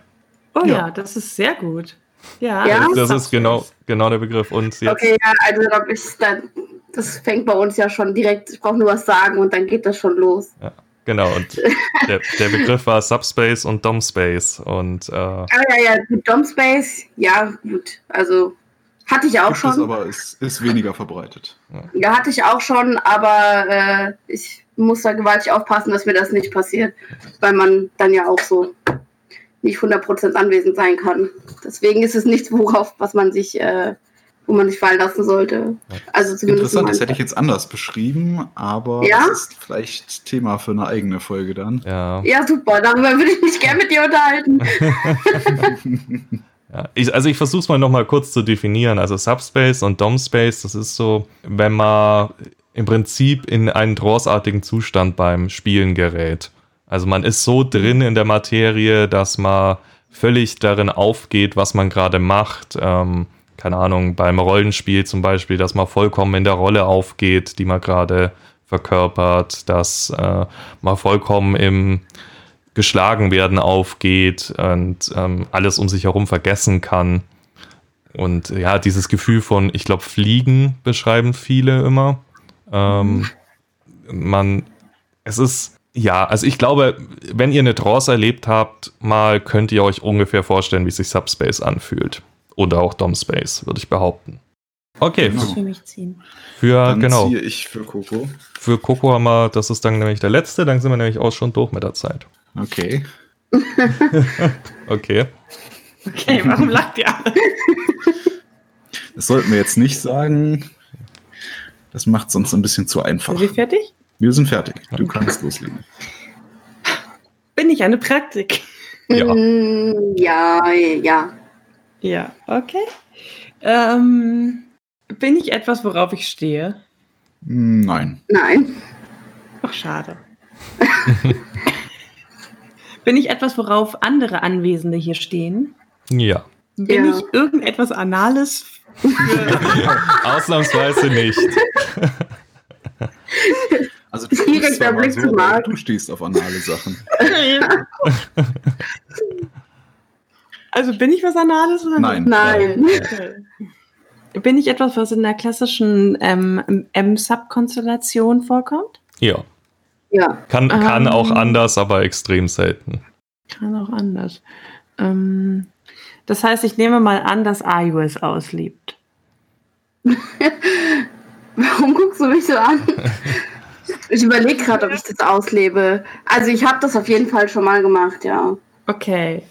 Speaker 2: Oh ja,
Speaker 3: Ja.
Speaker 2: das ist sehr gut. Ja,
Speaker 4: Ja?
Speaker 1: das ist genau, genau der Begriff. Und jetzt,
Speaker 4: Okay, ja, also da bin ich dann, das fängt bei uns ja schon direkt, ich brauche nur was sagen und dann geht das schon los.
Speaker 1: genau, und der, der Begriff war Subspace und Domspace. Und äh,
Speaker 4: Ah ja, ja, gut, Domspace, ja, gut. Also hatte ich auch
Speaker 3: Gibt
Speaker 4: schon.
Speaker 3: es aber es ist weniger verbreitet.
Speaker 4: Ja, hatte ich auch schon, aber äh, ich muss da gewaltig aufpassen, dass mir das nicht passiert, weil man dann ja auch so nicht 100% anwesend sein kann. Deswegen ist es nichts, worauf, was man sich, äh, wo man sich fallen lassen sollte. Also zumindest.
Speaker 3: Interessant,
Speaker 4: in
Speaker 3: das hätte
Speaker 4: meinem
Speaker 3: ich jetzt anders beschrieben, aber
Speaker 4: Ja?
Speaker 3: das ist vielleicht Thema für eine eigene Folge dann.
Speaker 1: ja.
Speaker 4: Fall. Ja, super, darüber würde ich mich gerne mit dir unterhalten.
Speaker 1: Ja, ich, also ich versuche es mal nochmal kurz zu definieren. Also Subspace und Domspace, das ist so, wenn man im Prinzip in einen trance-artigen Zustand beim Spielen gerät. Also man ist so drin in der Materie, dass man völlig darin aufgeht, was man gerade macht. Ähm, keine Ahnung, beim Rollenspiel zum Beispiel, dass man vollkommen in der Rolle aufgeht, die man gerade verkörpert, dass äh, man vollkommen im geschlagen werden aufgeht und ähm, alles um sich herum vergessen kann. Und ja, dieses Gefühl von, ich glaube, Fliegen beschreiben viele immer. Ähm, man, es ist, ja, also ich glaube, wenn ihr eine Trance erlebt habt, mal könnt ihr euch ungefähr vorstellen, wie sich Subspace anfühlt. Oder auch Domspace, würde ich behaupten. Okay,
Speaker 3: Genau.
Speaker 2: für mich ziehen.
Speaker 1: für,
Speaker 3: Dann
Speaker 1: genau,
Speaker 3: ziehe ich für Coco.
Speaker 1: für Coco haben wir, das ist dann nämlich der letzte, dann sind wir nämlich auch schon durch mit der Zeit.
Speaker 3: Okay.
Speaker 1: Okay.
Speaker 2: Okay, warum lacht ihr alle?
Speaker 3: Das sollten wir jetzt nicht sagen. Das macht sonst ein bisschen zu
Speaker 2: Sind
Speaker 3: einfach.
Speaker 4: Also
Speaker 2: wir fertig?
Speaker 3: Wir sind fertig. Du kannst loslegen.
Speaker 2: Bin ich eine Praktik?
Speaker 1: Ja.
Speaker 4: Mm, ja, ja.
Speaker 2: Ja, okay. Ähm, bin ich etwas, worauf ich stehe?
Speaker 3: Hm, Nein.
Speaker 4: Nein.
Speaker 2: Ach, schade. bin ich etwas, worauf andere Anwesende hier stehen?
Speaker 1: Ja.
Speaker 2: Bin
Speaker 4: Ja.
Speaker 2: ich irgendetwas Anales?
Speaker 1: Ausnahmsweise nicht.
Speaker 3: Also du
Speaker 4: Direkter
Speaker 3: stehst zwar mal
Speaker 4: Blick
Speaker 3: so,
Speaker 4: zu
Speaker 3: aber
Speaker 4: Marc.
Speaker 3: Du stehst auf anale Sachen.
Speaker 2: also bin ich was Anales oder
Speaker 3: Nein.
Speaker 4: Nein.
Speaker 2: Okay. Bin ich etwas, was in der klassischen ähm, M-Sub-Konstellation vorkommt?
Speaker 1: Ja.
Speaker 4: Ja.
Speaker 1: Kann, kann
Speaker 2: Ähm.
Speaker 1: auch anders, aber extrem selten.
Speaker 2: Kann auch anders. Ähm, das heißt, ich nehme mal an, dass Ayu es auslebt.
Speaker 4: Warum guckst du mich so an? Ich überlege gerade, ob ich das auslebe. Also ich habe das auf jeden Fall schon mal gemacht, ja.
Speaker 2: Okay.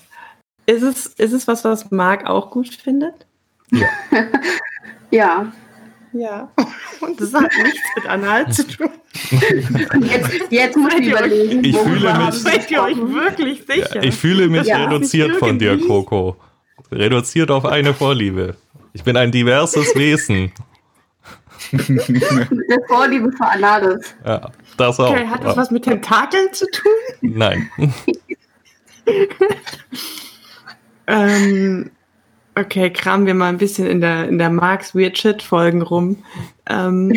Speaker 2: Ist es, ist es was, was Marc auch gut findet?
Speaker 4: Ja.
Speaker 2: Ja. Und das hat nichts mit Anal zu tun.
Speaker 4: Jetzt, jetzt muss
Speaker 2: Seid
Speaker 4: ich
Speaker 2: ihr
Speaker 4: überlegen.
Speaker 1: Ich fühle
Speaker 4: worüber
Speaker 1: mich-
Speaker 4: haben wir
Speaker 2: Seid ihr euch
Speaker 4: gesprochen?
Speaker 2: wirklich sicher?
Speaker 1: Ja, ich fühle mich
Speaker 4: Ja.
Speaker 1: reduziert von dir, Coco. Reduziert auf eine Vorliebe. Ich bin ein diverses Wesen.
Speaker 4: Mit der Vorliebe für Anades.
Speaker 1: Ja, das auch.
Speaker 2: okay, hat das was mit Tentakeln zu tun?
Speaker 1: Nein.
Speaker 2: Ähm, okay, kramen wir mal ein bisschen in der, in der Marx Weird Shit Folgen rum. Ähm,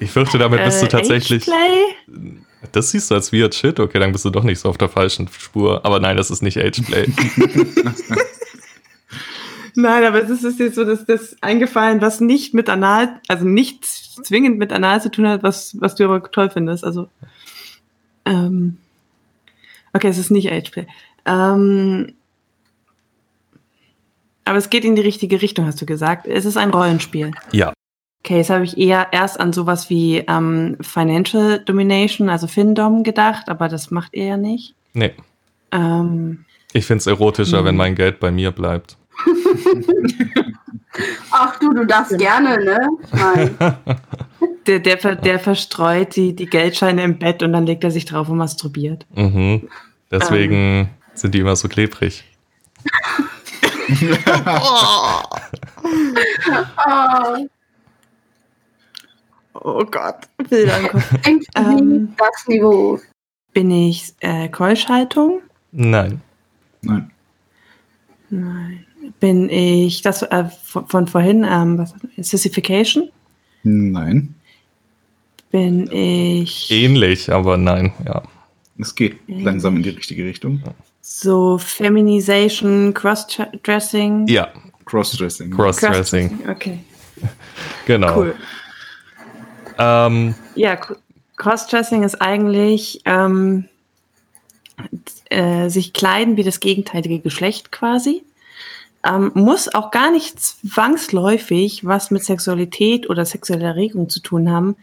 Speaker 1: Ich fürchte, damit bist
Speaker 2: äh,
Speaker 1: du tatsächlich.
Speaker 2: Ageplay?
Speaker 1: Das siehst du als weird shit. Okay, dann bist du doch nicht so auf der falschen Spur. Aber nein, das ist nicht Ageplay.
Speaker 2: Nein, aber es ist jetzt so, dass das eingefallen, was nicht mit Anal, also nicht zwingend mit Anal zu tun hat, was, was du aber toll findest. Also, ähm, okay, es ist nicht Ageplay. Ähm, Aber es geht in die richtige Richtung, hast du gesagt. Es ist ein Rollenspiel.
Speaker 1: Ja.
Speaker 2: Okay, jetzt habe ich eher erst an sowas wie ähm, Financial Domination, also Findom gedacht, aber das macht ihr ja nicht.
Speaker 1: Nee.
Speaker 2: Ähm,
Speaker 1: Ich finde es erotischer,
Speaker 2: Mhm.
Speaker 1: wenn mein Geld bei mir bleibt.
Speaker 4: Ach du, du darfst gerne, ne? Ich mein,
Speaker 2: der, der, ver- der verstreut die, die Geldscheine im Bett und dann legt er sich drauf und masturbiert.
Speaker 1: Mhm. Deswegen
Speaker 2: Ähm.
Speaker 1: sind die immer so klebrig.
Speaker 2: Ah.
Speaker 4: oh,
Speaker 2: Oh Gott, Bilder im Kopf.
Speaker 4: denkt
Speaker 2: Ähm.
Speaker 4: das Niveau.
Speaker 2: Bin ich äh, Keuschhaltung?
Speaker 1: Nein.
Speaker 3: Nein.
Speaker 2: Nein. Bin ich das äh, von, von vorhin, ähm, was Sissification?
Speaker 3: Nein.
Speaker 2: Bin ich
Speaker 1: Ähnlich, aber nein. Ja.
Speaker 3: Es geht
Speaker 2: Ähnlich.
Speaker 3: langsam in die richtige Richtung.
Speaker 2: so Feminization, Crossdressing?
Speaker 1: Ja,
Speaker 3: Crossdressing.
Speaker 1: Crossdressing.
Speaker 2: Okay,
Speaker 1: Genau.
Speaker 2: cool.
Speaker 1: Ähm,
Speaker 2: Ja, Cr- Crossdressing ist eigentlich ähm, äh, sich kleiden wie das gegenteilige Geschlecht quasi. Ähm, muss auch gar nicht zwangsläufig was mit Sexualität oder sexueller Erregung zu tun haben.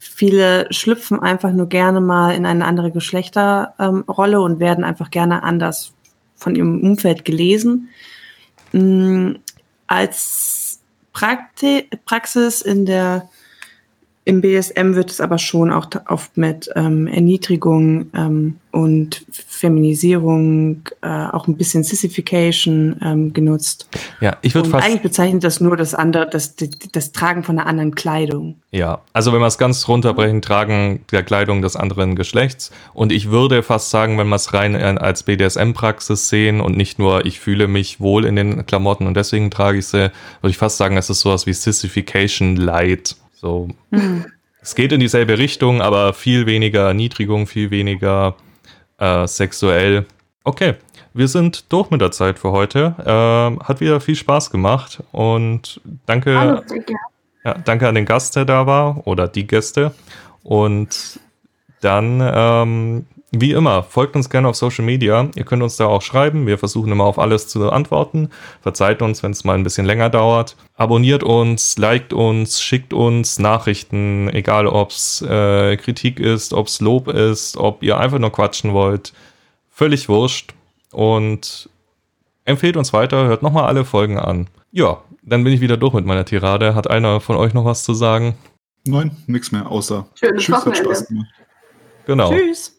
Speaker 2: Viele schlüpfen einfach nur gerne mal in eine andere Geschlechterrolle ähm, Rolle und werden einfach gerne anders von ihrem Umfeld gelesen. Mm, als Prakti Praxis in der im BSM wird es aber schon auch ta- oft mit ähm, Erniedrigung ähm, und Feminisierung, äh, auch ein bisschen Sissification ähm, genutzt.
Speaker 1: ja, ich würde
Speaker 2: Und
Speaker 1: fast.
Speaker 2: eigentlich bezeichnet das nur das andere, das, das, das Tragen von einer anderen Kleidung.
Speaker 1: Ja, also wenn wir es ganz runterbrechen, tragen der Kleidung des anderen Geschlechts. Und ich würde fast sagen, wenn wir es rein äh, als BDSM-Praxis sehen und nicht nur, ich fühle mich wohl in den Klamotten und deswegen trage ich sie, würde ich fast sagen, es ist sowas wie Sissification Light. So, es geht in dieselbe Richtung, aber viel weniger Erniedrigung, viel weniger äh, sexuell. Okay, wir sind durch mit der Zeit für heute. Ähm, hat wieder viel Spaß gemacht und danke.
Speaker 4: Hallo, sehr gerne.
Speaker 1: Ja, danke an den Gast, der da war oder die Gäste. Und dann, ähm, wie immer, folgt uns gerne auf Social Media. Ihr könnt uns da auch schreiben. Wir versuchen immer auf alles zu antworten. Verzeiht uns, wenn es mal ein bisschen länger dauert. Abonniert uns, liked uns, schickt uns Nachrichten, egal ob es äh, Kritik ist, ob es Lob ist, ob ihr einfach nur quatschen wollt. Völlig wurscht. Und empfehlt uns weiter, hört nochmal alle Folgen an. Ja, dann bin ich wieder durch mit meiner Tirade. Hat einer von euch noch was zu sagen?
Speaker 3: Nein, nichts mehr, außer
Speaker 4: Schönes
Speaker 3: Tschüss, hat
Speaker 4: Wochenende.
Speaker 3: Spaß gemacht.
Speaker 1: Genau.
Speaker 2: Tschüss.